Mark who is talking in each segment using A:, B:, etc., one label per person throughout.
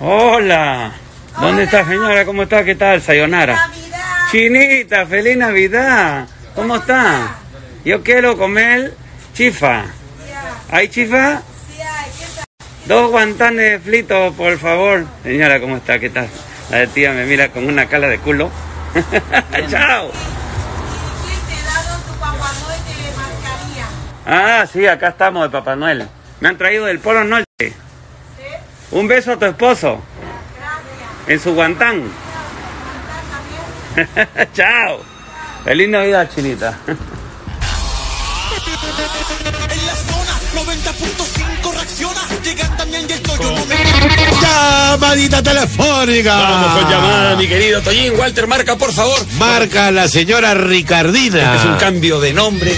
A: Hola. ¿Dónde
B: Hola.
A: está señora? ¿Cómo está? ¿Qué tal? Sayonara.
B: Navidad.
A: Chinita, feliz Navidad. ¿Cómo está? Yo quiero comer chifa.
B: Ya,
A: ¿Hay chifa?
B: sí hay, ¿qué tal?
A: Dos guantanes fritos, por favor. Señora, ¿cómo está? ¿Qué tal? La tía me mira con una cala de culo. Chao.
B: ¿Quién te ha dado tu Papá Noel de mascarilla?
A: Ah, sí, acá estamos de Papá Noel. Me han traído del Polo Norte.
B: ¿Sí?
A: Un beso a tu esposo
B: Gracias.
A: en su guantán.
B: ¿Estás también?
A: Chao. Feliz Navidad, chinita.
C: en la zona 90.5 reacciona llegan también y el Toyo momento
D: Llamadita telefónica.
E: Vamos con llamada, mi querido Toyín. Walter, marca, por favor.
D: Marca la señora Ricardina.
E: Es un cambio de nombre.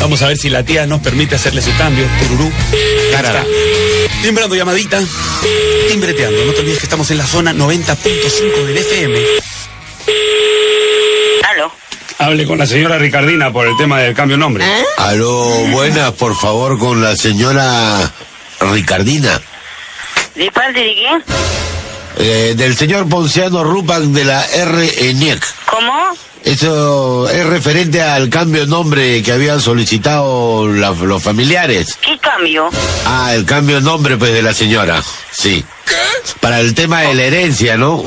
E: Vamos a ver si la tía nos permite hacerle su cambio. Tururú.
D: Carara.
E: Timbrando llamadita. Timbreteando. No te olvides que estamos en la zona 90.5 del FM.
F: Aló.
A: Hable con la señora Ricardina por el tema del cambio de nombre.
E: ¿Eh?
D: Aló, buenas, por favor, con la señora Ricardina.
F: ¿De parte de quién?
D: Eh, del señor Ponciano Rupan de la E RENIEC.
F: ¿Cómo?
D: Eso es referente al cambio de nombre que habían solicitado la- los familiares.
F: ¿Qué cambio?
D: Ah, el cambio de nombre, pues, de la señora. Sí. Para el tema de la herencia, ¿no?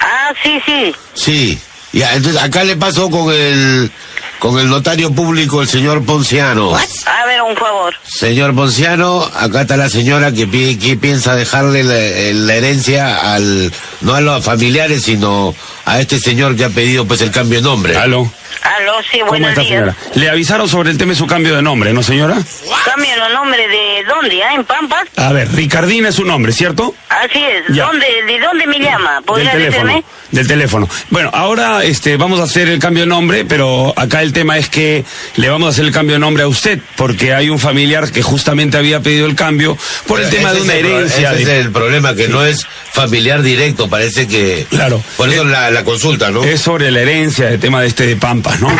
F: Ah, sí, sí.
D: Sí. Ya, entonces acá le pasó con el con el notario público, el señor Ponciano.
F: A ver, un favor.
D: Señor Ponciano, acá está la señora que, pi- que piensa dejarle la, eh, la herencia al no a los familiares, sino a este señor que ha pedido pues el cambio de nombre.
E: Ah.
A: Aló.
F: Aló, sí,
A: ¿Cómo
F: buenos
A: está,
F: días.
A: señora? Le avisaron sobre el tema de su cambio de nombre, ¿no, señora?
F: ¿Cambio los nombres de dónde? ¿Ah, en Pampas?
A: A ver, Ricardina es su nombre, ¿cierto?
F: Así es.
A: Ya.
F: ¿Dónde, ¿De dónde me llama?
A: Del
F: ¿Podría
A: teléfono.
F: decirme?
A: Del teléfono. Bueno, ahora este, vamos a hacer el cambio de nombre, pero acá el tema es que le vamos a hacer el cambio de nombre a usted, porque hay un familiar que justamente había pedido el cambio por el
D: Pero
A: tema
D: ese
A: de una
D: es el pro-
A: herencia.
D: Ese
A: de-
D: es el problema, que no es familiar directo, parece que...
A: Claro. Eh,
D: Por eso la, la consulta, ¿no?
A: Es sobre la herencia, el tema de este de Pampas, ¿no?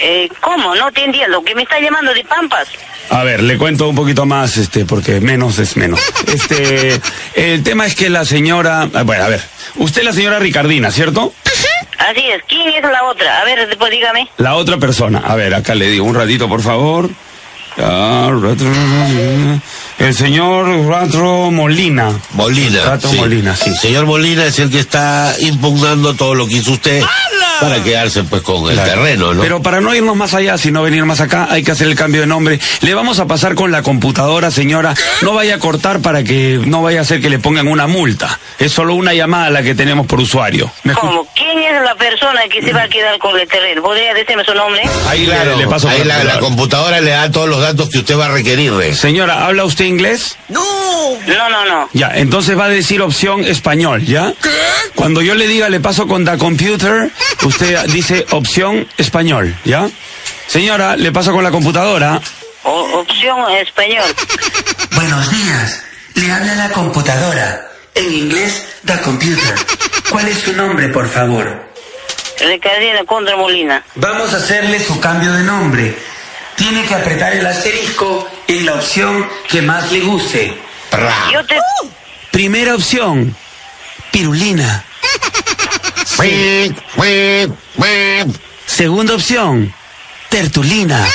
F: Eh, ¿Cómo? No te entiendo. ¿Que me está llamando de Pampas?
A: A ver, le cuento un poquito más, este, porque menos es menos. Este, el tema es que la señora, ah, bueno, a ver, usted es la señora Ricardina, ¿cierto?
F: Así es. ¿Quién es la otra? A ver, después dígame.
A: La otra persona, a ver, acá le digo un ratito, por favor. Ah, El señor Ratro Molina.
D: Molina.
A: Rato Molina, sí.
D: El señor Molina es el que está impugnando todo lo que hizo usted para quedarse pues con el terreno, ¿no?
A: Pero para no irnos más allá, sino venir más acá, hay que hacer el cambio de nombre. Le vamos a pasar con la computadora, señora. No vaya a cortar para que no vaya a ser que le pongan una multa. Es solo una llamada la que tenemos por usuario. ¿Me escucha?
F: ¿Cómo? ¿Quién es la persona que se va a quedar con el terreno? ¿Podría decirme su nombre?
A: Ahí le-
D: Claro,
A: le, paso
D: ahí
A: por
D: la,
A: el
D: la
A: celular.
D: computadora le da todos los datos que usted va a requerir. ¿eh?
A: Señora, ¿habla usted inglés?
C: ¡No!
F: No, no, no.
A: Ya, entonces va a decir opción español, ¿ya? Cuando yo le diga le paso con la computer, usted dice opción español, ¿ya? Señora, le paso con la computadora.
F: O- opción español.
G: Buenos días. Le habla la computadora. En inglés, the computer. ¿Cuál es su nombre, por favor?
F: Ricardina contra Molina.
G: Vamos a hacerle su cambio de nombre. Tiene que apretar el asterisco en la opción que más le guste.
D: Pra.
F: Yo te...
A: Primera opción, pirulina.
D: Cuic, cuic, cuic.
A: Segunda opción, tertulina.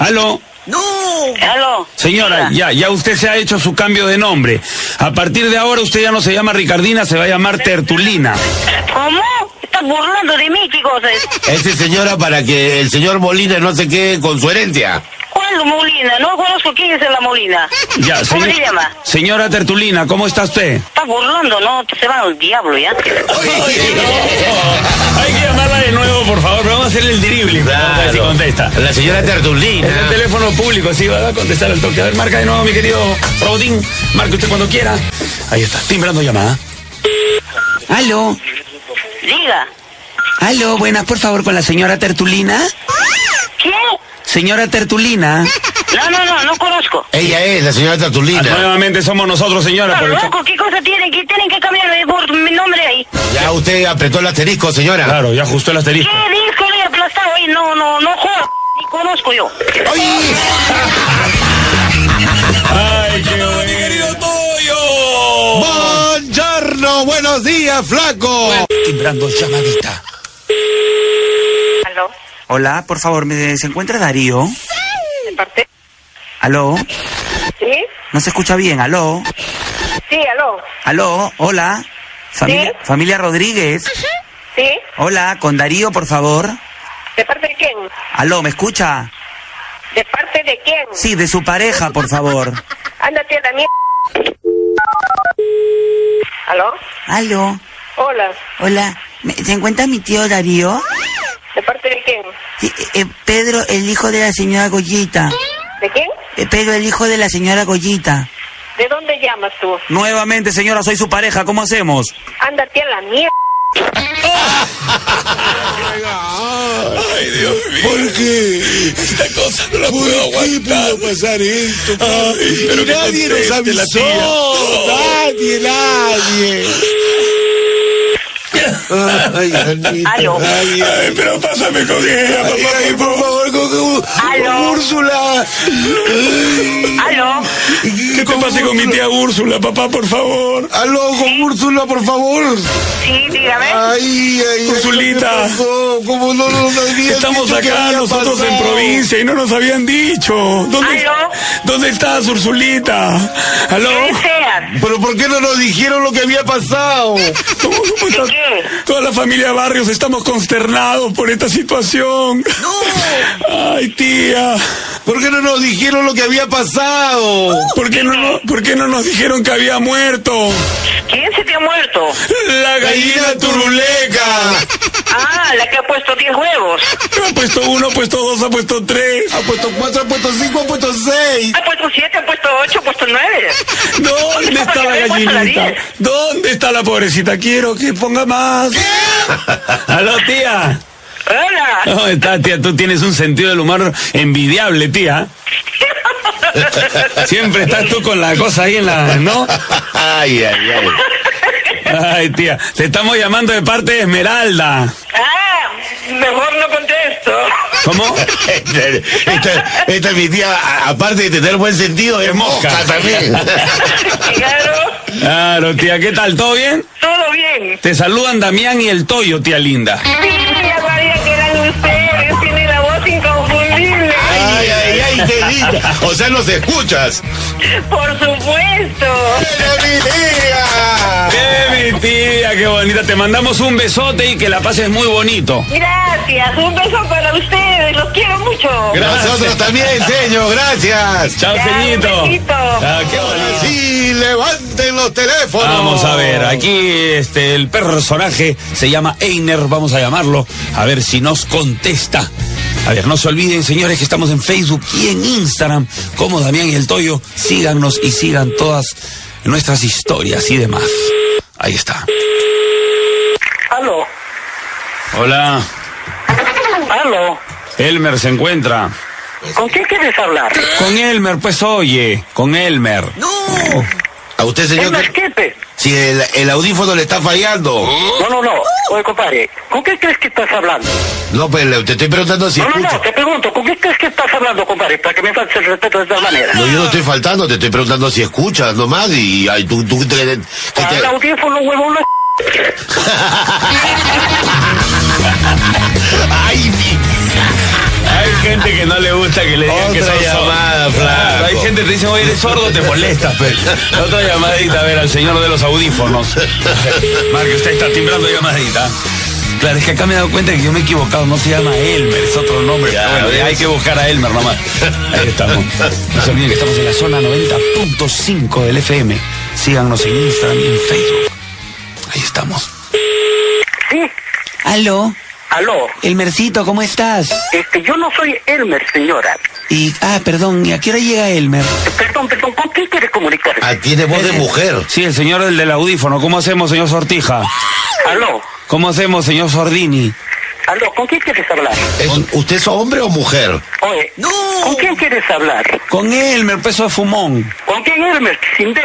A: Aló.
C: ¡No!
F: Aló.
A: Señora,
F: Diga.
A: ya, ya usted se ha hecho su cambio de nombre. A partir de ahora usted ya no se llama Ricardina, se va a llamar Tertulina.
F: ¿Cómo? ¿Estás burlando de mí? ¿Qué cosa es?
D: Ese señora para que el señor Molina no se quede con su herencia.
F: ¿Cuál Molina? No conozco quién es la Molina.
A: Ya,
F: ¿Cómo
A: señor-
F: se llama?
A: Señora Tertulina, ¿cómo está usted?
F: Estás burlando, ¿no? Se va al diablo, ¿ya?
A: Hay que llamarla de nuevo, por favor. Vamos a hacerle el drible. Vamos a ver si contesta.
D: La señora Tertulina.
A: Es el teléfono público, sí, va a contestar al toque. A ver, marca de nuevo, mi querido Robotín. Marca usted cuando quiera. Ahí está, timbrando llamada.
G: Aló,
F: Diga.
G: aló, buenas, por favor, con la señora Tertulina.
F: ¿Quién?
G: Señora Tertulina.
F: No, no, no, no conozco.
D: Ella es la señora Tertulina.
A: Nuevamente somos nosotros, señora.
F: ¿Estás
A: por el ca-
F: loco? ¿Qué cosa tienen? que tienen que cambiar de bur- mi nombre ahí?
D: Ya usted apretó el asterisco, señora.
A: Claro, ya ajustó el
F: ¿Qué
A: asterisco.
F: disco le he aplastado ahí? No, no, no jodas. Ni conozco yo.
A: Ay, qué
C: ¡Mi querido Toyo!
D: Buongiorno. Aló, buenos días, flaco.
E: Timbrando llamadita.
F: ¿Aló?
G: Hola, por favor, ¿me- ¿se encuentra Darío?
F: ¿De parte?
G: ¿Aló?
F: ¿Sí?
G: ¿No se escucha bien? ¿Aló?
F: Sí, aló.
G: ¿Aló? ¿Hola? ¿Familia,
F: Sí.
G: familia Rodríguez?
F: ¿Sí?
G: Hola, con Darío, por favor.
F: ¿De parte de quién?
G: ¿Aló, me escucha?
F: ¿De parte de quién?
G: Sí, de su pareja, por favor.
F: Ándate a la mierda. ¿Aló?
G: ¿Aló?
F: Hola.
G: Hola, ¿me- ¿se encuentra mi tío Darío?
F: ¿De parte de quién?
G: Sí, eh, eh, Pedro, el hijo de la señora Goyita.
F: ¿De quién?
G: Eh, Pedro, el hijo de la señora Goyita.
F: ¿De dónde llamas tú?
G: Nuevamente, señora, soy su pareja, ¿cómo hacemos?
F: Ándate a la mierda.
D: ¿Por qué? Esta cosa no la puedo aguantar. ¿Por qué pudo pasar esto? y pues, nadie nos avisó. Nadie, nadie. Ay, Anita,
F: Aló.
D: Ay, ay, pero pásame con ella, papá. Ay, por favor, con, con- con
F: Aló.
D: Úrsula.
F: ¿Aló?
D: ¿Qué te pasa con mi tía Úrsula, papá, por favor? Aló, con Úrsula, por favor.
F: Sí, dígame.
D: Ay, ay, Ursulita. ¿Cómo no nos habían
E: Estamos
D: dicho que
E: acá
D: había
E: nosotros en
D: pasado?
E: provincia y no nos habían dicho. ¿Dónde,
F: ¿Aló?
E: ¿dónde estás, Ursulita? ¿Aló?
F: ¿Qué deseas?
D: ¿Pero por qué no nos dijeron lo que había pasado?
E: ¿Cómo, cómo estás?
F: qué?
E: Toda la familia Barrios estamos consternados por esta situación. Ay, tía.
D: ¿Por qué no nos dijeron lo que había pasado?
E: ¿Por qué, no, no- ¿Por qué no nos dijeron que había muerto?
F: ¿Quién se te ha muerto?
E: La gallina turuleca.
F: Ah, la que ha puesto 10 huevos.
E: Ha puesto uno, ha puesto dos, ha puesto tres.
D: Ha puesto cuatro, ha puesto cinco, ha puesto seis.
F: Ha puesto 7, ha puesto 8, ha puesto 9.
E: ¿Dónde está la gallinita? ¿Dónde está la pobrecita? Quiero que ponga más.
A: Aló, tía.
F: Hola.
A: ¿Cómo estás, tía? Tú tienes un sentido del humor envidiable, tía. Siempre estás tú con la cosa ahí en la... ¿No?
D: Ay, ay, ay.
A: Ay, tía. Te estamos llamando de parte de Esmeralda.
F: Ah, mejor no contesto.
A: ¿Cómo?
D: Esta, esta- esta Este, es mi tía, a- aparte de tener buen sentido, es mosca también.
F: Claro,
A: Claro, tía. ¿Qué tal? ¿Todo bien?
F: todo bien.
A: Te saludan Damián y el Toyo, tía linda.
F: Sí, ya sabía que eran ustedes. Tienen la voz inconfundible.
D: Ay, ay, ay, qué linda. O sea, los escuchas.
F: Por supuesto.
D: ¡Pero mi tía!
A: ¡Qué mi tía! ¡Qué bonita! Te mandamos un besote y que la pases muy bonito.
F: Gracias. Un beso para ustedes. Los quiero mucho.
D: Nosotros también, señor, gracias.
A: ¡Chao,
F: Ya,
A: ceñito!
F: un besito.
A: Ah, qué bonito.
D: Sí, levanten los teléfonos.
A: Vamos a ver, aquí este el personaje se llama Einer, vamos a llamarlo, a ver si nos contesta. A ver, no se olviden, señores, que estamos en Facebook y en Instagram, como Damián y el Toyo. Síganos y sigan todas nuestras historias y demás. Ahí está.
F: Aló.
A: Hola,
F: Aló.
A: Elmer se encuentra.
F: ¿Con quién quieres hablar?
A: Con Elmer, pues oye, con Elmer.
D: A usted,
F: Es
D: señor, que-
F: Masquete.
D: si el, el audífono le está fallando.
F: No, no, no. Oye, compadre, ¿con qué crees que estás hablando?
D: No, pues le- te estoy preguntando si
F: No, no,
D: escucha.
F: no, te pregunto, ¿con qué crees que estás hablando, compadre? Para que me faltes el respeto de esta manera.
D: No, yo no estoy faltando, te estoy preguntando si escuchas nomás y ay, tú, tú que te, que te-
F: Al audífono, huevón, no-
D: Ay, mi-
A: Hay gente que no le gusta que le digan que
D: Otra
A: son sordos.
D: llamada,
A: Claro,
D: flaco.
A: Hay gente que te dice, oye, eres sordo, te molestas, pero. Otra llamadita, a ver, al señor de los audífonos. Marque, usted está timbrando llamadita. Claro, es que acá me he dado cuenta que yo me he equivocado, no se llama Elmer, es otro nombre. pero bueno, hay que buscar a Elmer nomás. Ahí estamos. No se olviden que estamos en la zona 90.5 del FM. Síganos en Instagram y en Facebook. Ahí estamos.
F: Sí,
G: ¿Aló?
F: aló.
G: Elmercito, ¿cómo estás?
F: Este, yo no soy Elmer, señora.
G: Y, ah, perdón, ¿y a qué hora llega Elmer?
F: Perdón, perdón, ¿con quién quieres comunicarse?
D: Ah, tiene voz de mujer.
A: Sí, el señor del, del audífono. ¿Cómo hacemos, señor Sortija?
F: Aló,
A: ¿Cómo hacemos, señor Sordini?
F: aló, ¿con quién quieres hablar?
D: Es- ¿Usted es hombre o mujer?
F: Oye, ¿con quién quieres hablar?
A: Con Elmer, peso de fumón.
F: ¿Con quién Elmer? Sin de...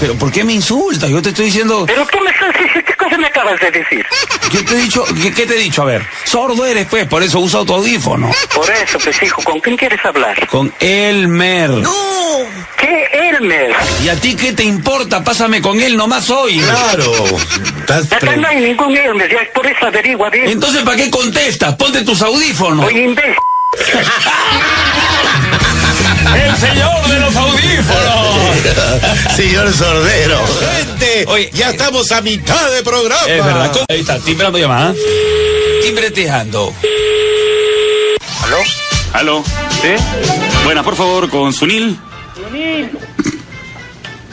A: ¿Pero por qué me insultas? Yo te estoy diciendo...
F: ¿Pero qué me estás diciendo? ¿Qué cosa me acabas de decir?
A: Yo te he dicho... ¿Qué, qué te he dicho? A ver. Sordo eres, pues. Por eso usa tu audífono.
F: Por eso, pues hijo, ¿con quién quieres hablar?
A: Con Elmer.
F: ¿Qué mames.
A: ¿Y a ti qué te importa? Pásame con él nomás hoy.
D: Claro. Estás
F: Acá
D: pre-
F: no hay ningún Hermes, ya es por eso averigua bien.
A: Entonces, ¿para qué contestas? Ponte tus audífonos.
F: Oye, imbécil.
A: ¡El señor de los audífonos!
D: Señor Sordero.
E: Gente,
A: Oye,
E: ya estamos a mitad de programa.
A: Es verdad. ¿cómo? Ahí está, timbrando llamada. ¿eh? Timbreteando.
F: ¿Aló?
A: Aló. ¿Sí? Buenas, por favor, con Sunil.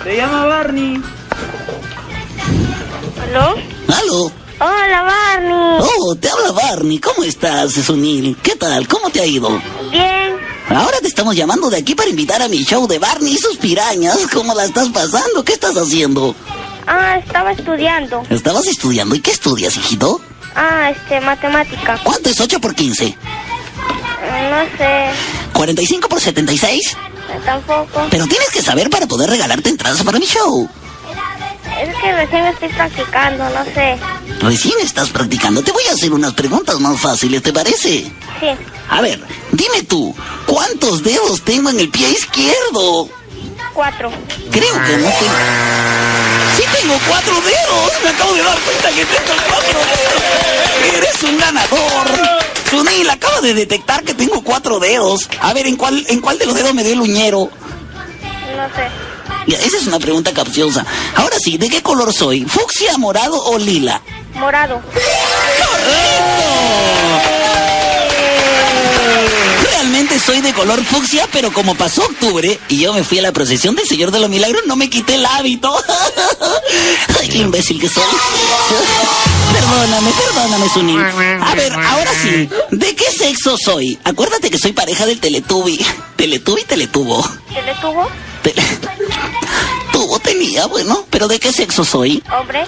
H: Se llama Barney.
B: ¿Aló?
I: ¿Aló?
B: Hola, Barney.
I: Oh, te habla Barney. ¿Cómo estás, Sunil? ¿Qué tal? ¿Cómo te ha ido?
B: Bien.
I: Ahora te estamos llamando de aquí para invitar a mi show de Barney y sus pirañas. ¿Cómo la estás pasando? ¿Qué estás haciendo?
B: Ah, estaba estudiando.
I: ¿Estabas estudiando? ¿Y qué estudias, hijito?
B: Ah, este, matemática.
I: ¿Cuánto es 8 por 15?
B: No sé,
I: ¿45 por 76?
B: tampoco.
I: Pero tienes que saber para poder regalarte entradas para mi show.
B: Es que recién estoy practicando, no sé.
I: Recién estás practicando. Te voy a hacer unas preguntas más fáciles, ¿te parece?
B: Sí,
I: A ver, dime tú, ¿cuántos dedos tengo en el pie izquierdo?
B: cuatro.
I: Creo que no tengo. Sí tengo cuatro dedos. Me acabo de dar cuenta que tengo cuatro dedos. Eres un ganador. Sunil, acabo de detectar que tengo cuatro dedos. A ver, ¿en cuál, en cuál de los dedos me dio el uñero?
B: No sé.
I: Ya, esa es una pregunta capciosa. Ahora sí, ¿de qué color soy? ¿Fucsia, morado o lila?
B: Morado.
I: Realmente soy de color fucsia, pero como pasó octubre y yo me fui a la procesión del Señor de los Milagros, no me quité el hábito. Ay, qué imbécil que soy. Perdóname, perdóname, Sunil. A ver, ahora sí, ¿de qué sexo soy? Acuérdate que soy pareja del Teletubi. Teletubi, Teletubo.
B: ¿Teletubo?
I: Tele... Tubo tenía, bueno, pero ¿de qué sexo soy?
B: Hombre.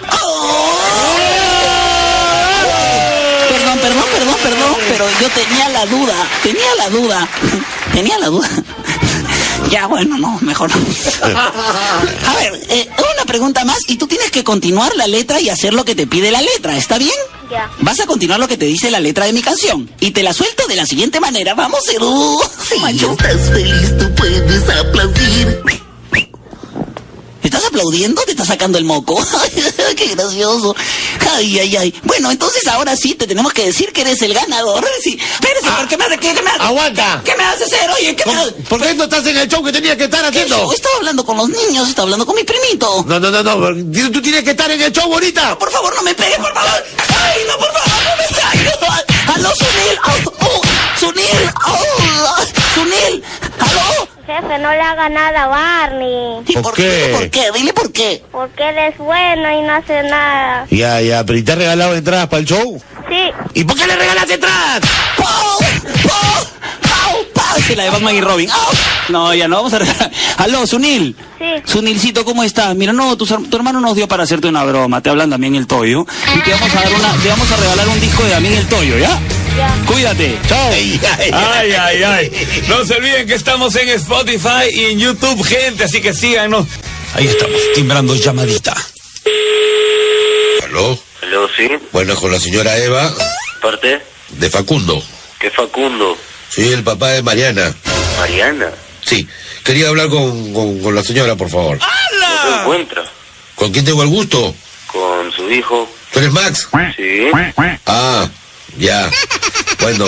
I: Perdón, perdón, perdón, perdón, pero yo tenía la duda, tenía la duda, tenía la duda. Ya, bueno, no, mejor no. A ver, eh, una pregunta más y tú tienes que continuar la letra y hacer lo que te pide la letra, ¿está bien?
B: Ya.
I: Vas a continuar lo que te dice la letra de mi canción y te la suelto de la siguiente manera. Vamos, Edu.
J: estás feliz, tú puedes aplaudir.
I: ¿Estás aplaudiendo? ¿Te está sacando el moco? ¡Qué gracioso! ¡Ay, ay, ay! Bueno, entonces ahora sí te tenemos que decir que eres el ganador. Sí. Espérese, ¿por qué me haces? ¿Qué, qué me haces?
A: Ah,
D: Aguanta.
I: ¿Qué me haces hacer? Oye, ¿qué me haces?
D: ¿Por, por qué no estás en el show que tenías que estar haciendo?
I: Yo estaba hablando con los niños, estaba hablando con mi primito.
D: No, no, no, no. Tú tienes que estar en el show ahorita.
I: Por favor, no me pegues, por favor. ¡Ay, no, por favor, no me saques! ¡Aló, Sunil! ¡Au! ¡Oh! ¡Sunil! ¡Oh! ¡Sunil! ¡Aló!
B: Jefe, no le haga nada a Barney.
I: ¿Y
D: ¿Por
I: por
D: qué?
I: qué? ¿Por qué? Dile por qué.
B: Porque él es bueno y no hace nada.
D: Ya, ya, pero ¿y te has regalado entradas para el show?
B: Sí,
D: ¿Y por qué le regalas entradas?
I: ¡Pau! ¡Pau! ¡Pau! ¡Pau! Sí, la de Batman y Robin. ¡Au! No, ya no, vamos a regalar. Aló, Sunil.
B: Sí.
I: Sunilcito, ¿cómo estás? Mira, no, tu, tu hermano nos dio para hacerte una broma. Te hablan también el Toyo. Y te vamos a dar una, te vamos a regalar un disco de Damián el Toyo, ¿ya?
B: ya.
I: Cuídate.
D: Chao. Ah. Ay,
A: Ay, ay, ay. No se olviden que estamos en Spotify y en YouTube, gente, así que síganos. Ahí estamos, timbrando llamadita.
D: ¿Aló?
F: Aló, sí,
D: Bueno, con la señora Eva
F: parte,
D: de Facundo.
F: que Facundo,
D: Soy el papá de Mariana.
F: Mariana,
D: Sí. Quería hablar con, con- con la señora, por favor.
F: no se encuentra
D: ¿Con quién tengo el gusto?
F: con su hijo,
D: ¿Tú eres Max?
F: sí,
D: Ah, ya. Bueno,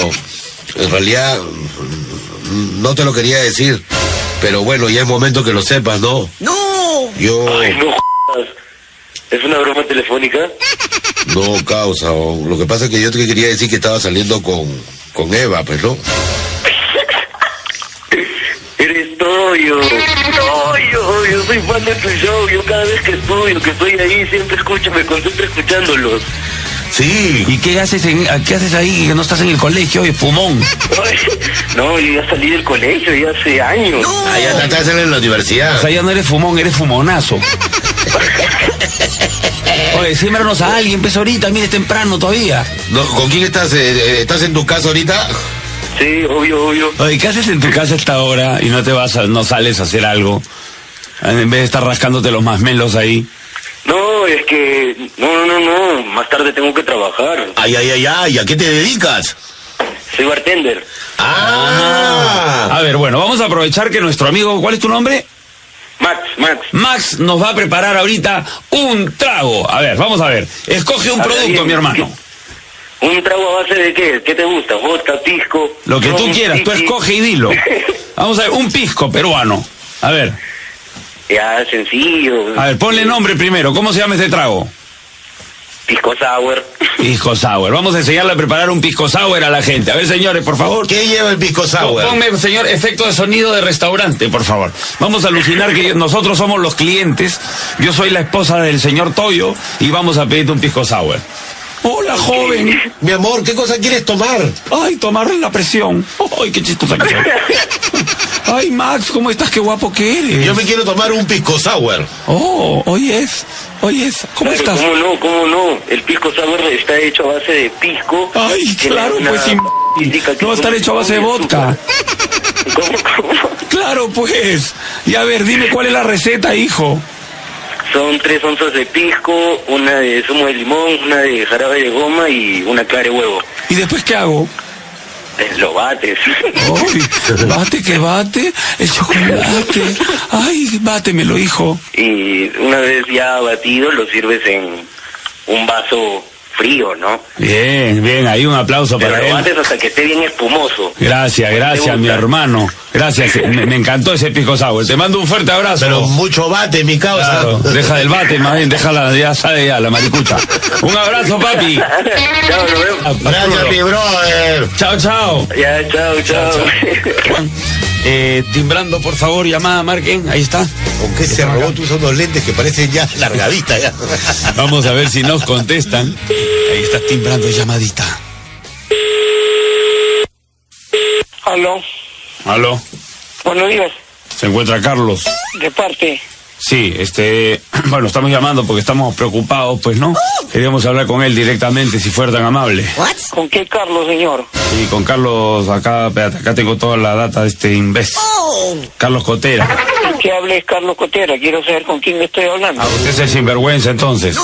D: en realidad mm, no te lo quería decir. Pero bueno, ya es momento que lo sepas, ¿no? ¡No! Yo...
F: Ay, no jodas. ¿Es una broma telefónica?
D: No, causa. o- Lo que pasa es que yo te quería decir que estaba saliendo con, con Eva, pues, ¿no?
F: Eres Toyo. Toyo, yo soy fan de tu show. Yo cada vez que estudio, que estoy ahí, siempre escucho, me concentro escuchándolos.
D: Sí.
A: ¿Y qué haces, en, qué haces ahí que no estás en el colegio, espumón?
F: Ay, No, yo ya salí del colegio ya hace años.
D: Ah, ya está, está en la universidad.
A: O sea, ya no eres fumón, eres fumonazo. Oye, símbranos a alguien, pues ahorita, mire, es temprano todavía.
D: No, ¿Con quién estás? eh, eh, ¿Estás en tu casa ahorita?
F: Sí, obvio, obvio.
A: Oye, ¿qué haces en tu casa a esta hora y no te vas a, no sales a hacer algo? En vez de estar rascándote los masmelos ahí.
F: No, es que. No, no, no, no. Más tarde tengo que trabajar.
D: Ay, ay, ay, ay, ¿a qué te dedicas?
F: Soy bartender.
D: Ah,
A: Ah. A ver, bueno, vamos a aprovechar que nuestro amigo, ¿cuál es tu nombre?
F: Max, Max.
A: Max nos va a preparar ahorita un trago. A ver, vamos a ver. Escoge un
F: A ver,
A: producto,
F: bien.
A: mi hermano.
F: ¿Un trago a base de qué? ¿Qué te gusta? ¿Vodka, pisco?
A: Lo que tú
F: ron,
A: quieras, tú
F: whisky?
A: escoge y dilo. Vamos a ver, un pisco peruano. A ver,
F: ya, sencillo.
A: a ver, ponle nombre primero. ¿Cómo se llama ese trago?
F: Pisco sour.
A: Pisco sour. Vamos a enseñarle a preparar un pisco sour a la gente. A ver, señores, por favor.
D: ¿Qué lleva el pisco sour?
A: Ponme, señor, efecto de sonido de restaurante, por favor. Vamos a alucinar que yo- nosotros somos los clientes. Yo soy la esposa del señor Toyo y vamos a pedirte un pisco sour. Hola, joven.
D: Mi amor, ¿qué cosa quieres tomar?
A: Ay, tomar la presión. Ay, qué chistosa que soy. Ay, Max, ¿cómo estás? Qué guapo que eres.
D: Yo me quiero tomar un pisco sour.
A: Oh, hoy es. Hoy es. ¿Cómo
F: Claro,
A: estás?
F: ¿Cómo no? ¿Cómo no? El pisco sour está hecho a base de pisco.
A: Ay,
F: que
A: claro,
F: es una-
A: pues, imbécil.
F: indica que
A: No va a estar
F: consume
A: hecho a base de vodka.
F: azúcar. ¿Cómo, cómo?
A: Claro, pues. Y a ver, dime cuál es la receta, hijo.
F: Son tres onzas de pisco, una de zumo de limón, una de jarabe de goma y una clara de huevo.
A: ¿Y después qué hago?
F: Eh, Lo bates.
A: Ay, bate que bate, el chocolate. Ay, bátemelo, hijo.
F: y una vez ya batido, lo sirves en un vaso frío, ¿no?
A: Bien, bien, ahí un aplauso
F: Pero
A: para
F: lo
A: él.
F: bates hasta que esté bien espumoso.
A: Gracias, gracias, mi hermano. Gracias, eh, me, me encantó ese pisco sour. Te mando un fuerte abrazo.
D: Pero mucho bate, mi causa.
A: Oh. Claro, deja del bate, más bien, déjala, ya sabe ya, la maricucha. Un abrazo, papi.
F: chao, nos vemos.
D: Gracias, mi brother.
A: Chao, chao.
F: Ya, chao. chao.
A: Juan, eh, timbrando, por favor, llamada, marquen, ahí está.
D: ¿Con qué se robó tú son los lentes que parecen ya largavista ya?
A: Vamos a ver si nos contestan. Ahí está timbrando llamadita.
H: Aló,
A: Aló,
H: buenos días,
A: se encuentra Carlos.
H: de parte.
A: Sí, este, bueno, estamos llamando porque estamos preocupados, pues, ¿no? Queríamos hablar con él directamente, si fuera tan amable.
H: ¿Con qué Carlos, señor?
A: Y con Carlos, acá, espérate, acá tengo toda la data de este imbécil. Carlos Cotera.
H: ¿Qué habla es Carlos Cotera? Quiero saber con quién me estoy hablando.
A: Ah, usted es el sinvergüenza, entonces.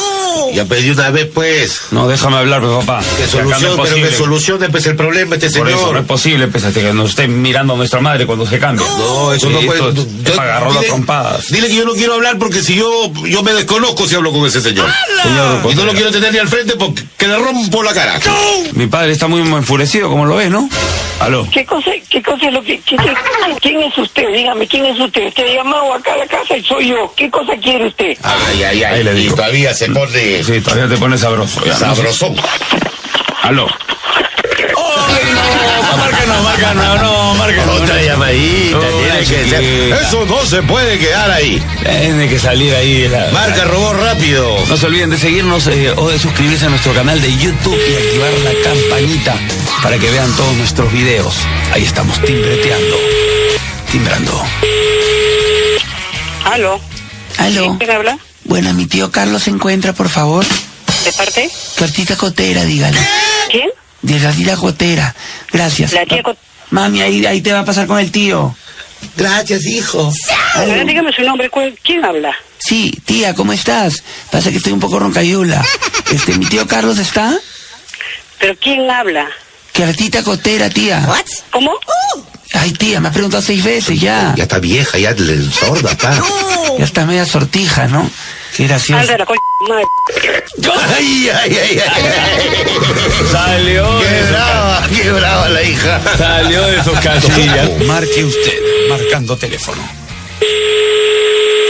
D: Ya pedí una vez, pues.
A: No, déjame hablar, pues, papá.
D: Que
A: Que acá no es
D: solución, pero que
A: posible.
D: solucione pues el problema este
A: Por eso no es
D: señor.
A: posible, pésate que nos esté mirando a nuestra madre cuando se cambia.
D: No, eso no
A: Sí,
D: puede.
A: esto
D: yo-
A: es para agarrarlo a
D: dile-
A: trompadas.
D: Dile que yo no quiero hablar porque si yo yo me desconozco si hablo con ese señor.
A: Señor,
D: Y Ah, no
A: Cotera,
D: lo quiero tener ni al frente porque que le rompo la cara.
A: Mi padre está muy enfurecido, como lo ves, ¿no? Aló.
H: ¿Qué cosa, qué cosa es lo que... qué- qué- ¿Quién es usted? Dígame, ¿quién es usted? Usted ha llamado acá a la casa y soy yo. ¿Qué cosa quiere usted?
D: Ay, ay,
A: Ahí le
D: ay. Y
A: digo.
D: todavía se pone
A: Sí, todavía te pones sabroso. ya, ¿no?
D: sabrosón.
A: Aló. ¡Ay, no! Márcanos, márcanos, no, márcanos.
D: Otra llamadita,
A: No,
D: tiene que
A: chiquita.
D: ser. Eso no se puede quedar ahí.
A: Tiene que salir ahí de la...
D: Marca robó rápido.
A: No se olviden de seguirnos eh, o de suscribirse a nuestro canal de YouTube y activar la campanita para que vean todos nuestros videos. Ahí estamos timbreteando, timbrando.
H: Aló,
I: Aló.
H: ¿quién habla?
I: Bueno, mi tío Carlos se encuentra, por favor.
H: ¿De parte?
I: Cartita Cotera, dígale.
H: ¿Quién?
I: De la tía Cotera. Gracias. Ah,
H: La tía Cot-
I: Mami, ahí, ahí te va a pasar con el tío. Gracias, hijo.
H: A ver, dígame su nombre. ¿cuál- ¿Quién habla?
I: Sí, tía, ¿cómo estás? Pasa que estoy un poco roncayula. Este, mi tío Carlos está.
H: ¿Pero quién habla?
I: Cartita Cotera, tía. Uh.
H: ¿Cómo?
I: Ay, tía, me has preguntado seis veces ya.
D: Ya está vieja, ya le sorda, está.
I: Ya está media sortija, ¿no? Qué gracioso.
H: Anda la coña, madre.
D: Ay, ay, ay, ay.
A: Salió,
D: Qué brava, qué brava la hija.
A: salió de sus casillas. Marque usted, marcando teléfono.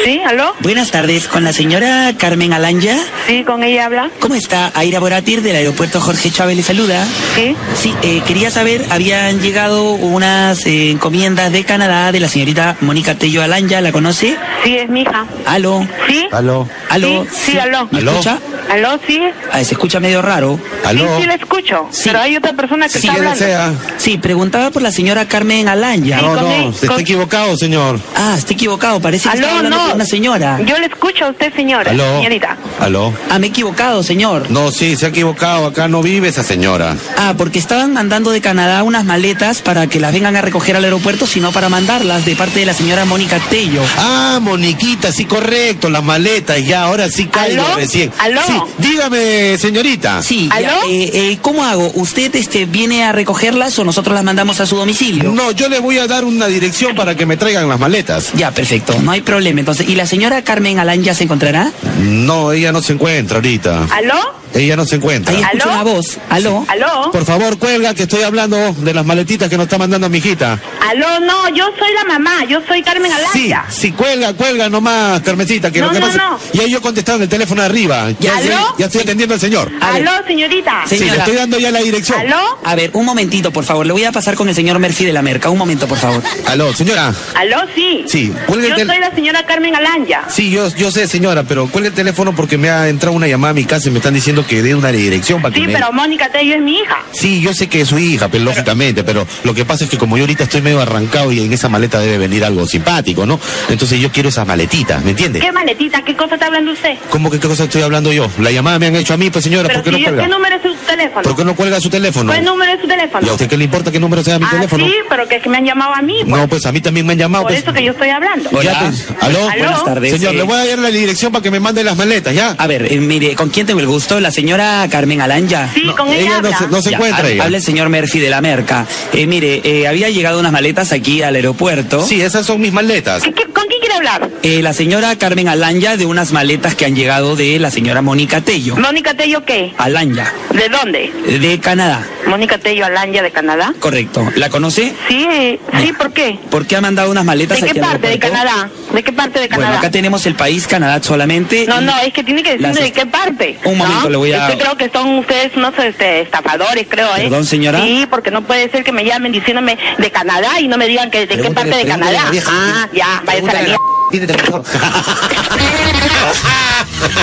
B: Sí, aló.
I: Buenas tardes, con la señora Carmen Alanya.
B: Sí, con ella habla.
I: ¿Cómo está? Aira Boratir del aeropuerto Jorge Chávez le saluda.
B: Sí.
I: Sí, eh, quería saber, habían llegado unas eh, encomiendas de Canadá de la señorita Mónica Tello Alanya, ¿la conoce?
B: Sí, es mi hija.
I: Aló,
B: Sí.
D: Aló.
I: aló.
B: Sí, sí, aló.
I: ¿Me
D: Aló.
I: escucha?
B: Aló, sí.
I: Ah, se escucha medio raro.
D: Aló.
B: Sí, sí la escucho.
I: Sí.
B: Pero hay otra persona que
I: Sí,
B: está hablando.
I: Sí, preguntaba por la señora Carmen Alanya.
B: Sí, con él, con-
D: equivocado, señor.
I: Ah, está equivocado, parece que está
B: Aló,
I: hablando
B: no.
I: con una señora.
B: Yo le escucho a usted, señora.
D: Aló.
B: Señorita.
D: Aló.
I: Ah, me he equivocado, señor.
D: No, sí, se ha equivocado. Acá no vive esa señora.
I: Ah, porque estaban mandando de Canadá unas maletas para que las vengan a recoger al aeropuerto, sino para mandarlas de parte de la señora Mónica Tello.
D: Ah, Moniquita, sí, correcto. Las maletas, ya, ahora sí caigo
B: ¿Aló?
D: recién.
B: ¿Aló?
D: Sí, dígame, señorita.
G: Sí, ya, eh, eh, ¿cómo hago? ¿Usted este, viene a recogerlas o nosotros las mandamos a su domicilio?
D: No, yo les voy a dar una dirección para que me traigan las maletas.
G: Ya, perfecto, no hay problema. Entonces, ¿y la señora Carmen Alán ya se encontrará?
D: No, ella no se encuentra ahorita.
I: ¿Aló?
D: Ella no se encuentra.
G: Ahí escucho una voz. ¿Aló?
I: ¿Aló?
D: Por favor, cuelga que estoy hablando de las maletitas que nos está mandando mi hijita.
I: Aló, no, yo soy la mamá, yo soy Carmen
D: Sí,
I: Alaya.
D: sí, cuelga, cuelga nomás, Carmencita, que lo
I: No,
D: que
I: no,
D: pasa...
I: no.
D: Y ahí yo contestaba en el teléfono de arriba. Ya,
G: ¿Aló?
D: estoy, ya estoy atendiendo al señor.
I: Aló, señorita.
D: Sí, le estoy dando ya la dirección.
I: Aló,
G: A ver, un momentito, por favor. Le voy a pasar con el señor Murphy de la Merca. Un momento, por favor.
D: Aló, señora.
I: aló, sí.
D: Sí, cuelga el
I: Yo soy
D: tel-
I: la señora Carmen Alanya.
D: Sí, yo, yo sé, señora, pero cuelga el teléfono porque me ha entrado una llamada a mi casa y me están diciendo que dé una dirección para que
I: Sí,
D: me-
I: pero Mónica Tello es mi hija.
D: Sí, yo sé que es su hija, pero lógicamente, pero lo que pasa es que como yo ahorita estoy medio arrancado y en esa maleta debe venir algo simpático, ¿no? Entonces yo quiero esas maletitas, ¿me entiende?
I: ¿Qué maletita? ¿Qué cosa está hablando usted?
D: ¿Cómo que qué cosa estoy hablando yo? La llamada me han hecho a mí, pues señora,
I: Pero
D: ¿por qué
I: si
D: no
I: yo-
D: cuelga?
I: ¿Qué número es su teléfono?
D: ¿Por qué no cuelga su teléfono?
I: ¿Cuál número es su teléfono?
D: ¿Y a usted qué le importa qué número sea mi
I: ah,
D: teléfono?
I: sí, pero que es que me han llamado a mí.
D: No, pues a mí también me han llamado.
I: por
D: pues.
I: eso que yo estoy hablando.
D: Ya, pues, ¿Aló?
I: Aló. Buenas
G: tardes,
D: Señor,
G: eh.
D: le voy a dar la dirección para que me mande las maletas, ¿ya?
G: A ver, eh, mire, ¿con quién tengo el gusto? ¿La señora Carmen Alán ya?
I: Sí, con ella,
D: ella no
I: habla.
D: se- no se
G: Ya,
D: encuentra.
G: ha-
D: ella.
G: Habla el señor Murphy de la Merca. Eh, mire, eh, había llegado unas maletas aquí al aeropuerto.
D: Sí, esas son mis maletas.
I: ¿Qué- qué- ¿Con quién quiere hablar?
G: Eh, la señora Carmen Alanya de unas maletas que han llegado de la señora Mónica Tello.
I: Mónica Tello, ¿qué?
G: Alanya,
I: ¿De dónde?
G: eh, de Canadá.
I: Mónica Tello Alanya de Canadá.
G: Correcto. ¿La conoce?
I: Sí, eh, sí, ¿por qué?
G: ¿Por qué ha mandado unas
I: ¿De
G: maletas
I: qué
G: aquí al
I: parte? ¿De
G: aeropuerto?
I: Canadá? ¿De qué parte de
G: Bueno,
I: Canadá?
G: acá tenemos el país Canadá solamente.
I: No,
G: y-
I: no, es que tiene que
G: Las
I: decirme de
G: est-
I: qué parte.
G: Un momento,
I: ¿no?
G: le voy a-
I: Es que creo que son ustedes unos este, estafadores, creo, ¿eh?
G: Perdón, señora.
I: Sí, porque no puede ser que me llamen diciéndome de Canadá y no me digan que de qué
D: Pregúntale-
I: parte de
D: pregúntale a
I: Canadá.
D: la vieja.
I: ah, ya, vaya a la
D: Pregúntale a la-
I: mierda.
D: Pídete, por favor.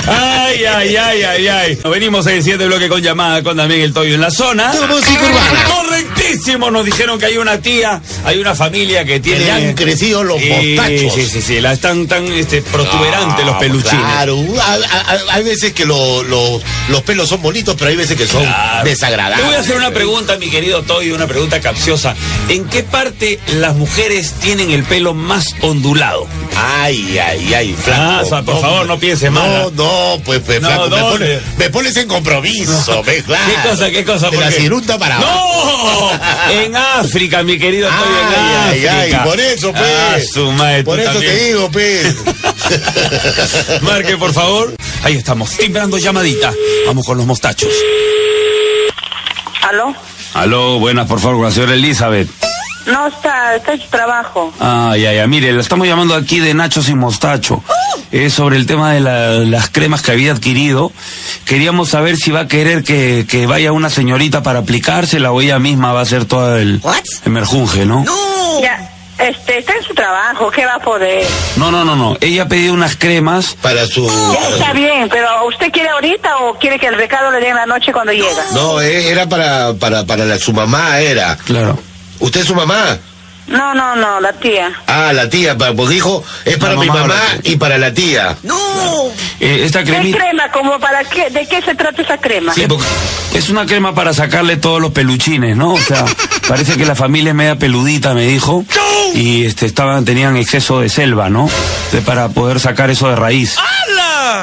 A: Ay, ay, ay, ay, ay. Nos venimos en el siguiente bloque con llamada con también el Toyo en la zona.
D: Todo música urbana.
A: Correctísimo, nos dijeron que hay una tía, hay una familia que tiene.
D: le Eh, han crecido los
A: Sí,
D: mostachos.
A: Sí, sí, sí, la están tan este, protuberantes
D: Ah,
A: los peluchines.
D: Claro, a- a- a- hay veces que lo- lo- los pelos son bonitos, pero hay veces que son
A: Claro.
D: desagradables.
A: Te voy a hacer una pregunta, mi querido Toy, una pregunta capciosa. ¿En qué parte las mujeres tienen el pelo más ondulado?
D: Ay, ay, ay, flaco.
A: Ah, o sea, por favor, no piense mal, ¿ah?
D: No, no, pues, pues,
A: No,
D: flaco, me
A: ¿dónde?
D: pones, me pones en compromiso, ve, claro.
A: ¿Qué cosa, qué cosa?
D: De
A: ¿Por
D: la
A: qué?
D: cirunta para abajo.
A: ¡No! En África, mi querido Toy,
D: Ay,
A: en
D: ay, ay,
A: África.
D: por eso, pues.
A: Ah, su madre, tú
D: por eso
A: también.
D: te digo, pues.
A: Marque, por favor. Ahí estamos, timbrando llamadita. Vamos con los mostachos.
B: ¿Aló?
A: Aló, buenas, por favor, con la señora Elizabeth.
B: No, está, está en su trabajo.
A: Ay, ay, ay, Ah, mire, la estamos llamando aquí de Nacho sin mostacho. Es sobre el tema de la- las cremas que había adquirido. Queríamos saber si va a querer que, que vaya una señorita para aplicársela o ella misma va a hacer todo el, el merjunje, ¿no?
B: Ya, este, está en su trabajo, ¿qué va a poder?
A: No, no, no, no. Ella ha pedido unas cremas.
D: Para su.
B: Ya está bien, pero ¿usted quiere ahorita o quiere que el recado le den la noche cuando llega?
D: No, eh, era para, para, para la- su mamá, era.
A: Claro.
D: ¿Usted es su mamá?
B: No, no, no, la tía.
D: Ah, la tía, pa- porque dijo, es para
A: La
D: mi
A: mamá
D: mamá
A: ahora.
D: y para la tía.
A: Eh, esta
B: ¿Qué
A: cremita.
B: crema? ¿Cómo para qué? ¿De qué se trata esa crema?
A: Sí, porque es una crema para sacarle todos los peluchines, ¿no? O sea, parece que la familia es media peludita, me dijo. Y este, estaban, tenían exceso de selva, ¿no? Entonces, para poder sacar eso de raíz.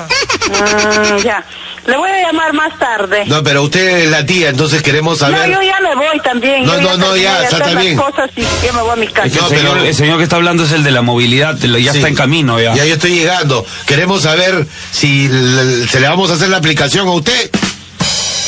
B: Mm, ya. Le voy a llamar más tarde.
D: No, pero usted es la tía, entonces queremos
B: No,
D: saber.
B: yo ya me voy también.
D: No,
B: Yo
D: no, no,
B: terminé
D: ya,
B: de
D: está
B: hacer las
D: bien.
B: cosas y yo me voy a mi casa.
A: Es que
D: No,
A: el, señor,
D: pero-
A: el señor que está hablando es el de la movilidad, te lo- ya
D: Sí.
A: está en camino ya.
D: Ya yo estoy llegando. Queremos saber si le- se le vamos a hacer la aplicación a usted.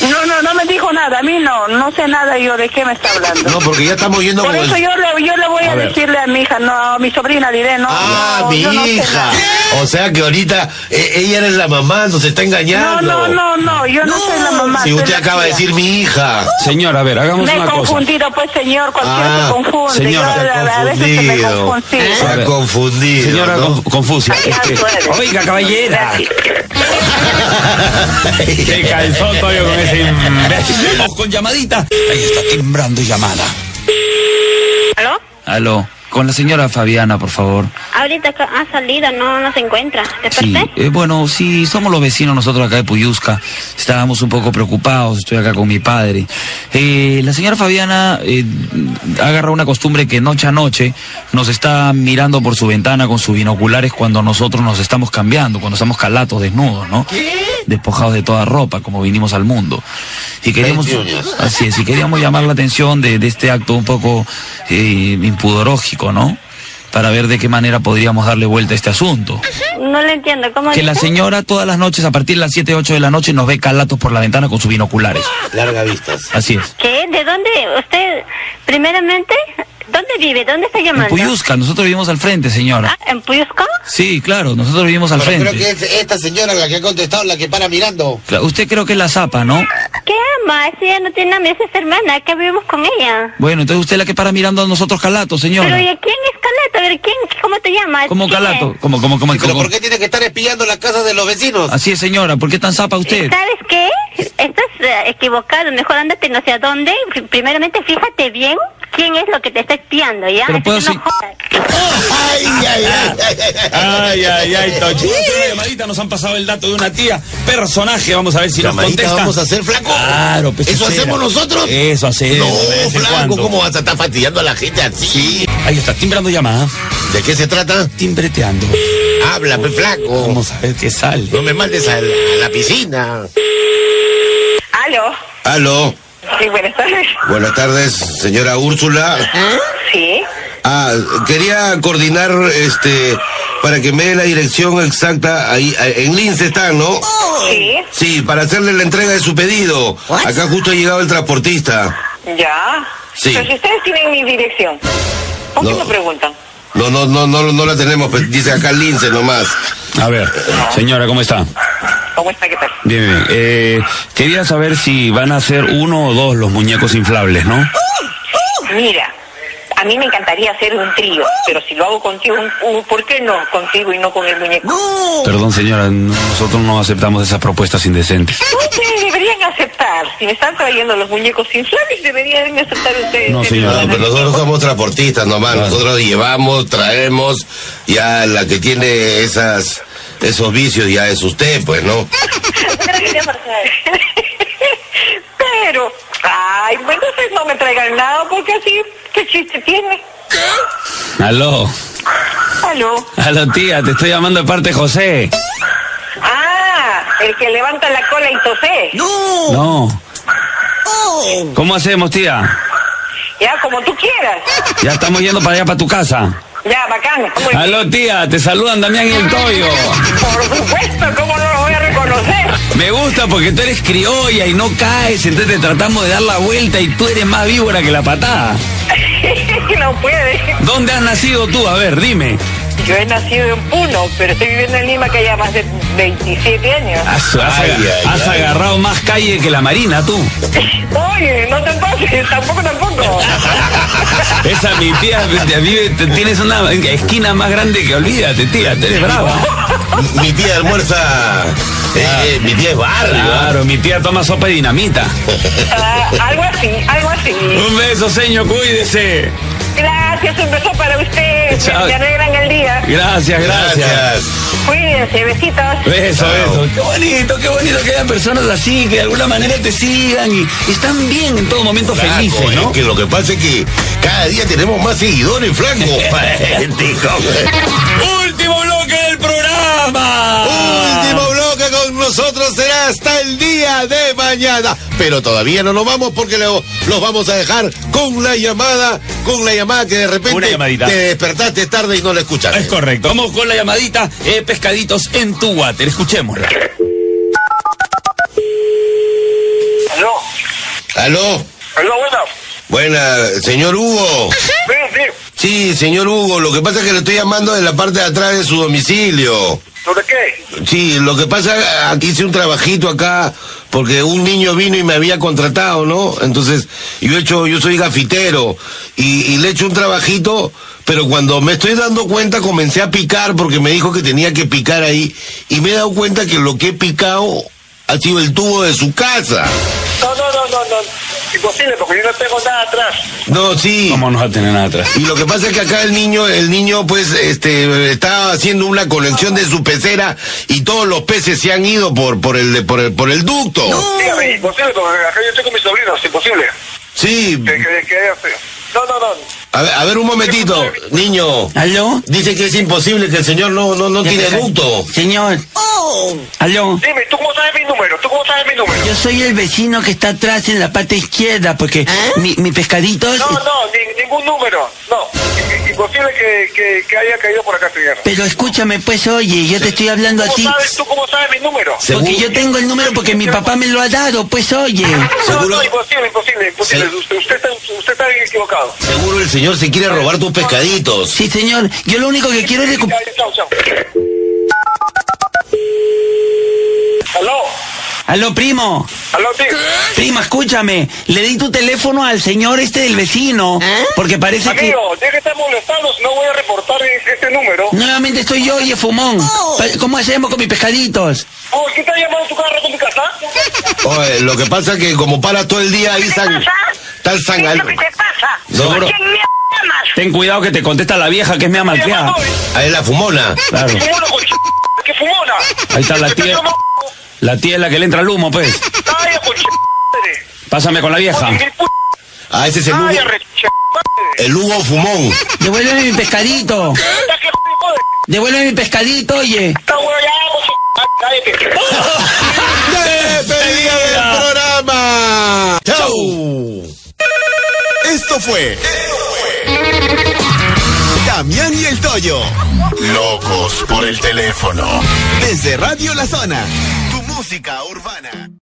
B: No, no, no me dijo nada. A mí no, no sé nada yo de qué me está hablando.
D: No, pues. porque ya estamos yendo
B: Por
D: con
B: eso
D: el-
B: yo le, yo le voy a,
A: A ver.
B: decirle a mi hija, no, a mi sobrina diré, no.
D: Ah,
B: no,
D: mi
B: yo no sé
D: hija.
B: nada.
D: O sea que ahorita eh, ella era la mamá, nos está
B: No,
D: engañando.
B: no, no, no, yo no, soy la mamá.
D: Si
B: soy
D: usted
B: la
D: acaba de
B: tía.
D: decir mi hija.
A: Señor, a ver, hagamos
B: Me he
A: una cosa.
B: confundido, pues señor, cualquiera
D: Ah,
B: se confunde.
A: señora,
B: yo,
D: se ha
B: a- a veces se me
D: confundido. ¿Eh?
B: confundí.
D: Se ha confundido.
A: Señora
D: ¿no?
A: Con- Confucia.
B: Ay,
A: es que-
B: ya puede.
A: Oiga, caballera. Qué calzón todavía con ese imbécil. Vamos con llamadita. Ahí está timbrando llamada.
B: ¿Aló?
A: Aló.
E: Con la señora Fabiana, por favor.
K: Ahorita ca- ha salido, no nos encuentra.
E: Sí,
K: ¿Desperté?
E: eh, bueno, sí, somos los vecinos nosotros acá de Puyusca. Estábamos un poco preocupados, estoy acá con mi padre. Eh, la señora Fabiana eh, ha agarrado una costumbre que noche a noche nos está mirando por su ventana con sus binoculares cuando nosotros nos estamos cambiando, cuando estamos calatos, desnudos, ¿no? Despojados de toda ropa, como vinimos al mundo. Y queríamos, así es, y queríamos llamar la atención de, de este acto un poco eh, impudorógico, ¿no? Para ver de qué manera podríamos darle vuelta a este asunto.
K: No le entiendo, ¿cómo
E: Que la
K: dice?
E: señora todas las noches a partir de las 7, 8 de la noche nos ve calatos por la ventana con sus binoculares.
D: Larga vistas.
E: Así es.
K: ¿Qué? ¿De dónde? Usted, primeramente, ¿dónde vive? ¿Dónde está
E: En
K: llamando?
E: Puyusca, nosotros vivimos al frente, señora.
K: Ah, ¿En Puyusco?
E: Sí, claro, nosotros vivimos al
D: Pero creo que
E: frente.
D: es esta señora la que ha contestado, la que para mirando.
E: Cla- Usted creo que es la zapa, ¿no?
K: ¿Qué ama? Si ella no tiene a esa es hermana, que vivimos con ella.
E: Bueno, entonces usted es la que para mirando a nosotros calatos,
K: Pero ¿y
E: señora.
K: a quién es Calato? A ver, ¿quién? ¿Cómo te llamas?
E: ¿Cómo
K: ¿Quién
E: calato?
K: es?
E: ¿Cómo, cómo, cómo,
D: Sí, pero
E: cómo?
D: ¿por qué tiene que estar espiando las casas de los vecinos?
E: Así es, señora, ¿por qué tan zapa usted?
K: ¿Sabes qué? Estás eh, equivocado, mejor ándate no sé a dónde. Pr- Primeramente, fíjate bien quién es lo que te está espiando, ¿ya?
E: Pero
K: Así
E: puedo
K: no
E: sí-
K: jodas.
D: Ay, ay, ay, ay, ay, ay.
A: Ay, ay, ay, Tochi. Una llamadita, nos han pasado el dato de una tía, personaje, vamos a ver si nos
D: Llamadita
A: contesta.
D: vamos a hacer, flaco.
A: Claro, pues,
D: ¿Eso
A: espera.
D: hacemos nosotros?
A: Eso hacemos. de
D: No,
A: vez en
D: flaco,
A: cuando.
D: ¿cómo vas a estar fastidiando a la gente así?
A: Ahí está, timbrando llamada,
D: ¿De qué se trata?
A: timbreteando.
D: Habla, pe, flaco.
A: Vamos a ver qué sale.
D: No me mandes a la, a la piscina.
B: Aló.
D: Aló.
B: Sí, buenas tardes.
D: Buenas tardes, señora Úrsula.
B: Sí.
D: Ah, quería coordinar, este, para que me dé la dirección exacta. Ahí, a- en Lince están, ¿no?
B: Sí.
D: Sí, para hacerle la entrega de su pedido. Acá justo ha llegado el transportista.
B: Ya.
D: Sí.
B: Pero si ustedes tienen mi dirección, ¿por qué
D: No.
B: no, preguntan?
D: No, no, no, no, no la tenemos, pues, dice acá Lince nomás.
A: A ver, señora, ¿cómo está?
B: ¿Cómo está? ¿Qué tal?
A: Bien, bien. Eh, quería saber si van a ser uno o dos los muñecos inflables, ¿no?
B: Mira, a mí me encantaría hacer un trío, pero si lo hago contigo, un- un- ¿por qué no contigo y no con el muñeco?
A: Perdón, señora, no- nosotros no aceptamos esas propuestas indecentes.
B: Ustedes deberían aceptar. Si me están trayendo los muñecos inflables, deberían aceptar ustedes.
A: No, señora,
D: No, pero nosotros somos transportistas nomás, nosotros llevamos, traemos, ya la que tiene esas, esos vicios ya es usted, pues, ¿no?
B: Pero, ay, bueno, entonces no me traigan nada, porque así, ¿qué chiste tiene?
A: Aló,
B: Aló.
A: aló tía, te estoy llamando de parte de José.
B: Ah, el que levanta la cola y tose.
A: No. ¿Cómo hacemos, tía?
B: Ya, como tú quieras.
A: Ya estamos yendo para allá, para tu casa.
B: Ya, bacán. Muy bien.
A: Aló, tía, te saludan Damián y el Toyo.
B: Por supuesto, ¿cómo no lo voy a reconocer?
A: Me gusta porque tú eres criolla y no caes, entonces te tratamos de dar la vuelta y tú eres más víbora que la patada.
B: no puede.
A: ¿Dónde has nacido tú? A ver, dime.
B: Yo he nacido en Puno, pero estoy viviendo en Lima que ya más de 27 años.
A: Has, has
D: Ay,
A: aga-
D: ay,
A: has
D: ay.
A: agarrado más calle que la marina, tú.
B: Oye, no te pases, tampoco, tampoco.
A: Esa mi tía, te- vive- te- tienes una esquina más grande que olvídate, tía, tú eres brava.
D: Mi tía almuerza, eh, eh, mi tía es barrio. ¿ah?
A: Claro, mi tía toma sopa de dinamita.
B: Ah, algo así, algo así.
A: Un beso, señor, cuídese.
B: Gracias, un beso para usted.
A: Chao.
B: Me arreglan el día.
A: Gracias, gracias.
D: Gracias.
B: Cuídense, besitos.
A: Beso,
D: Chao.
A: beso. Qué bonito, qué bonito que hayan personas así, que de alguna manera te sigan y, y están bien en todo momento
D: Flaco,
A: felices,
D: es
A: ¿no?
D: que lo que pasa es que cada día tenemos más seguidores, flaco. Patético.
A: Último bloque del programa.
D: Último bloque con nosotros será hasta el día de mañana. Pero todavía no nos vamos porque lo- los vamos a dejar con la llamada, con la llamada que de
A: Una
D: repente
A: llamadita.
D: te despertaste tarde y no la escuchaste.
A: Es correcto. Vamos con la llamadita eh, Pescaditos en tu water. Escuchémosla.
F: Aló,
D: Aló,
F: aló, buena.
D: buena, señor Hugo.
F: Ven, ven.
D: Sí, señor Hugo, lo que pasa es que le estoy llamando de la parte de atrás de su domicilio.
F: ¿Sobre qué?
D: Sí, lo que pasa, aquí hice un trabajito acá, porque un niño vino y me había contratado, ¿no? Entonces, yo he hecho, yo soy gafitero, y, y le he hecho un trabajito, pero cuando me estoy dando cuenta comencé a picar, porque me dijo que tenía que picar ahí, y me he dado cuenta que lo que he picado ha sido el tubo de su casa.
F: No, no, no, no, no. imposible porque yo no tengo nada atrás.
D: No, sí.
G: ¿Cómo no va a tener nada atrás?
D: Y lo que pasa es que acá el niño, el niño pues, este, está haciendo una colección de su pecera y todos los peces se han ido por, por el, de- por el, por el ducto.
F: Dígame, imposible porque acá yo estoy con mis sobrinos, imposible.
D: Sí.
F: Que, que, que haya frío. No, no, no.
D: A ver, a ver, un momentito, niño.
G: ¿Aló?
D: Dice que es imposible que el señor no, no, no tiene ducto.
A: Señor,
G: ¿Aló?
F: Dime, ¿tú cómo sabes mi número? ¿Tú cómo sabes mi número?
A: yo soy el vecino que está atrás en la parte izquierda porque mi, mi pescadito...
F: No, no, ni- ningún número. No, i- i- imposible que, que, que haya caído por acá, señor.
A: Pero escúchame, pues oye, yo te estoy hablando a
F: ¿Cómo
A: ti.
F: sabes, ¿Tú cómo sabes mi número?
A: Porque yo tengo el número porque mi papá me lo ha dado, pues oye.
F: No,
D: ¿Seguro?
F: no, imposible, imposible, imposible.
D: Sí.
F: Usted, usted, está, usted está bien equivocado.
D: Seguro el señor se quiere robar tus pescaditos.
A: Sí, señor, yo lo único que quiero es
F: Ya,
A: recuperar...
F: ya, Chao, chao. ¿Aló?
A: Aló, primo.
F: ¿Aló, sí?
A: Prima, escúchame. Le di tu teléfono al señor este del vecino. Porque parece que...
F: ¿Eh? Amigo, deje de estar molestando, si no voy a reportar este número.
A: Nuevamente estoy yo y el fumón. Pa- ¿Cómo hacemos con mis pescaditos?
F: Oh, ¿Quién te ha llamado a tu carro con tu casa?
D: Oye, lo que pasa es que como para todo el día ahí san, tal
B: ¿Qué
D: san
B: es
D: al-
B: lo que te pasa?
D: No,
B: ¿A
D: bro.
B: quién me llamas?
G: Ten cuidado que te contesta la vieja que es mi amalteada.
D: ahí la fumona.
G: Claro.
F: Fumona, con ¡Qué fumona!
G: Ahí está la
F: ¿Qué te
G: tía.
F: llama?
G: La tía es la que le entra el humo, pues.
F: ¡Calla, con
G: Pásame con la vieja.
D: Ah, ese es el
F: ¡Calla,
D: Hugo,
F: re
D: el Hugo Fumón.
A: Devuélveme mi pescadito.
F: ¡Está que hijo de
A: Devuélveme mi pescadito, oye.
F: esta wea ya, con ¡Cállate!
D: ¡Despedida del programa! ¡Chau!
L: Esto fue. Damián y el Toyo. Locos por el teléfono. Desde Radio La Zona. Tu música urbana.